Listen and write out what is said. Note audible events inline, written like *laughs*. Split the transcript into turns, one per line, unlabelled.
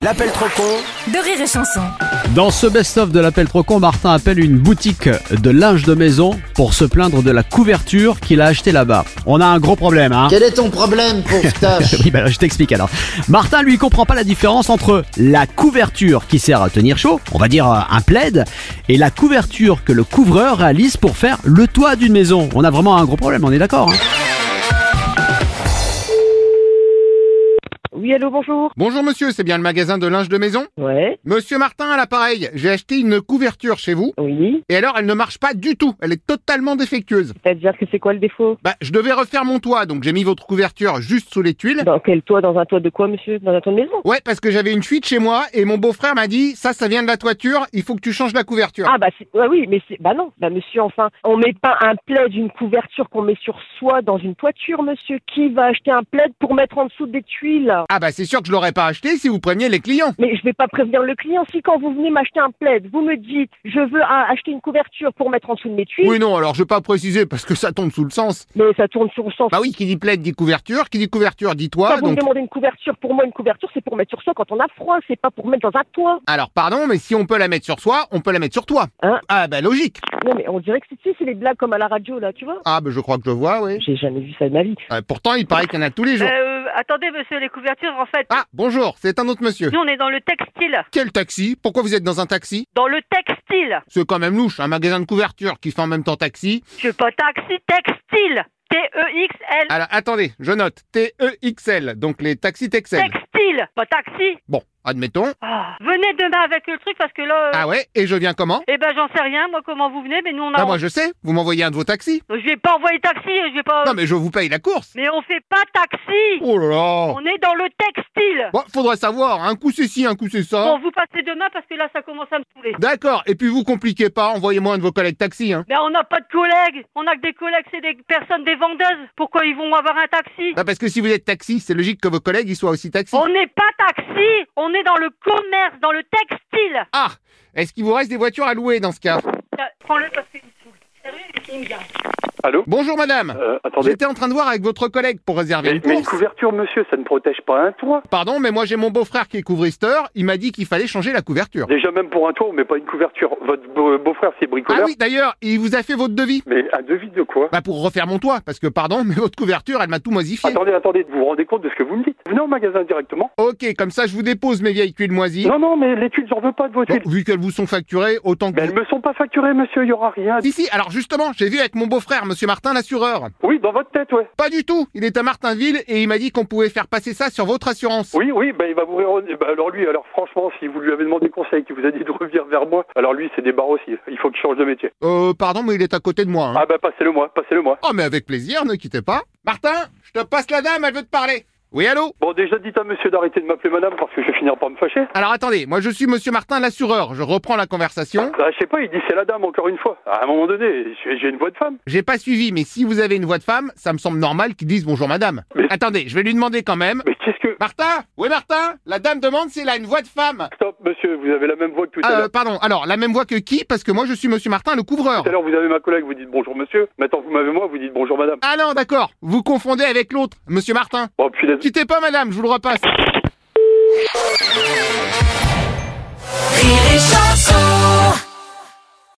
L'appel trop con
de rire et chanson.
Dans ce best-of de l'appel trop con, Martin appelle une boutique de linge de maison pour se plaindre de la couverture qu'il a achetée là-bas. On a un gros problème, hein
Quel est ton problème, pauvre tâche
Oui, bah, je t'explique alors. Martin, lui, comprend pas la différence entre la couverture qui sert à tenir chaud, on va dire euh, un plaid, et la couverture que le couvreur réalise pour faire le toit d'une maison. On a vraiment un gros problème, on est d'accord hein
Oui, allô, bonjour.
Bonjour monsieur, c'est bien le magasin de linge de maison
Ouais,
Monsieur Martin à l'appareil, j'ai acheté une couverture chez vous,
oui.
et alors elle ne marche pas du tout, elle est totalement défectueuse.
C'est-à-dire que c'est quoi le défaut
Bah, je devais refaire mon toit, donc j'ai mis votre couverture juste sous les tuiles.
Dans quel toit Dans un toit de quoi, monsieur Dans un toit de maison
Ouais, parce que j'avais une fuite chez moi, et mon beau-frère m'a dit, ça, ça vient de la toiture, il faut que tu changes la couverture.
Ah, bah c'est- ouais, oui, mais c'est... Bah non, bah monsieur, enfin, on met pas un plaid, une couverture qu'on met sur soi dans une toiture, monsieur. Qui va acheter un plaid pour mettre en dessous des tuiles
Ah bah c'est sûr que je l'aurais pas acheté si vous preniez les clients.
mais je vais pas prévenir le client. Si quand vous venez m'acheter un plaid, vous me dites je veux un- acheter une couverture pour mettre en dessous de mes tuiles,
Oui non, alors je vais pas préciser parce que ça tombe sous le sens.
mais ça tourne sur le sens.
Bah oui, qui dit plaid dit couverture, qui dit couverture dit
Quand
Ah
toit,
vous me
donc...
demandez une couverture, pour moi une couverture c'est pour mettre sur soi quand on a froid, c'est pas pour mettre dans un toit.
Alors pardon, mais si on peut la mettre sur soi, on peut la mettre sur toi.
Hein
ah bah logique.
Non mais on dirait que c'est, tu sais, c'est les blagues comme à la radio là, tu vois.
Ah bah je crois que je vois, oui.
J'ai jamais vu ça de ma vie.
Euh, pourtant, il paraît qu'il y en a tous les jours.
Euh, attendez, monsieur, les couvertures, en fait,
Ah, bonjour, c'est un autre monsieur.
nous, on est dans le textile.
Quel taxi Pourquoi vous êtes dans un taxi
Dans le textile.
C'est quand même louche, un magasin de couverture qui fait en même temps taxi.
Je suis pas taxi, textile. E T-E-X-L.
Alors, attendez, je note. T-E-X-L, donc les taxis
E
Texel.
Textile. Pas taxi.
Bon, admettons.
Ah, venez demain avec le truc parce que là. euh,
Ah ouais, et je viens comment
Eh ben, j'en sais rien, moi, comment vous venez, mais nous, on a.
Bah moi je sais, vous m'envoyez un de vos taxis.
Je vais pas envoyer taxi, je vais pas.
Non mais je vous paye la course.
Mais on fait pas taxi.
Oh là là
On est dans le textile.
Bon, faudrait savoir, un coup c'est ci, un coup c'est ça.
Bon, vous passez demain parce que là, ça commence à me saouler.
D'accord, et puis vous compliquez pas, envoyez-moi un de vos collègues taxis, hein.
Mais on n'a pas de collègues. On a que des collègues, c'est des personnes, des vendeuses. Pourquoi ils vont avoir un taxi
Bah parce que si vous êtes taxi, c'est logique que vos collègues ils soient aussi taxis.
On n'est pas taxi, on est dans le commerce, dans le textile.
Ah Est-ce qu'il vous reste des voitures à louer dans ce cas
Tiens, Prends-le parce qu'il me saoule. Sérieux, il me gave.
Bonjour madame
Euh, attendez.
J'étais en train de voir avec votre collègue pour réserver
Mais,
une
mais une
course.
couverture, monsieur, ça ne protège pas un toit.
Pardon, mais moi j'ai mon beau-frère qui est couvristeur. Il m'a dit qu'il fallait changer la couverture.
Déjà, même pour un toit, on met pas une couverture. Votre beau- euh, beau-frère, c'est
Ah
bricoleur.
oui, d'ailleurs, il vous a fait votre devis
Mais un devis de quoi
Bah pour refaire mon toit, parce que pardon, *laughs* mais votre couverture, elle m'a tout modifié.
Attendez, attendez, vous vous rendez compte de ce que vous me dites Venez au magasin directement.
Ok, comme ça je vous dépose mes vieilles tuiles moisies.
Non, non, mais les tuiles, j'en veux pas de vos
Bon,
tuiles.
vu qu'elles vous sont facturées, autant que...
Mais elles me sont pas facturées, monsieur, il y aura rien.
Si, si, alors justement, j'ai vu avec mon beau-frère, monsieur Martin, l'assureur.
Oui, dans votre tête, ouais.
Pas du tout, il est à Martinville et il m'a dit qu'on pouvait faire passer ça sur votre assurance.
Oui, oui, bah, il va vous ré- bah, alors lui, alors franchement, si vous lui avez demandé conseil, qu'il vous a dit de revenir vers moi, alors lui, c'est des barres aussi. Il faut qu'il change de métier.
Euh, pardon, mais il est à côté de moi. hein.
Ah bah, passez-le moi, passez-le moi.
Oh, mais avec plaisir, ne quittez pas. Martin, je te passe la dame, elle veut te parler. Oui, allô
Bon, déjà, dites à monsieur d'arrêter de m'appeler madame parce que je vais finir par me fâcher.
Alors attendez, moi je suis monsieur Martin l'assureur, je reprends la conversation.
Ah, je sais pas, il dit c'est la dame encore une fois. À un moment donné, j'ai j'ai une voix de femme.
J'ai pas suivi, mais si vous avez une voix de femme, ça me semble normal qu'ils disent bonjour madame.
Mais-
Attendez, je vais lui demander quand même.
Mais qu'est-ce que.
Martin Oui Martin La dame demande s'il a une voix de femme.
Stop, monsieur, vous avez la même voix que tout à
Ah,
l'heure.
euh, pardon, alors la même voix que qui Parce que moi je suis monsieur Martin le couvreur.
Tout à l'heure, vous avez ma collègue, vous dites bonjour monsieur. Maintenant, vous m'avez moi, vous dites bonjour madame.
Ah non, d'accord, vous confondez avec l'autre, monsieur Martin.
Bon, puis les-
Quittez pas madame, je vous le repasse.
Rire et chanson.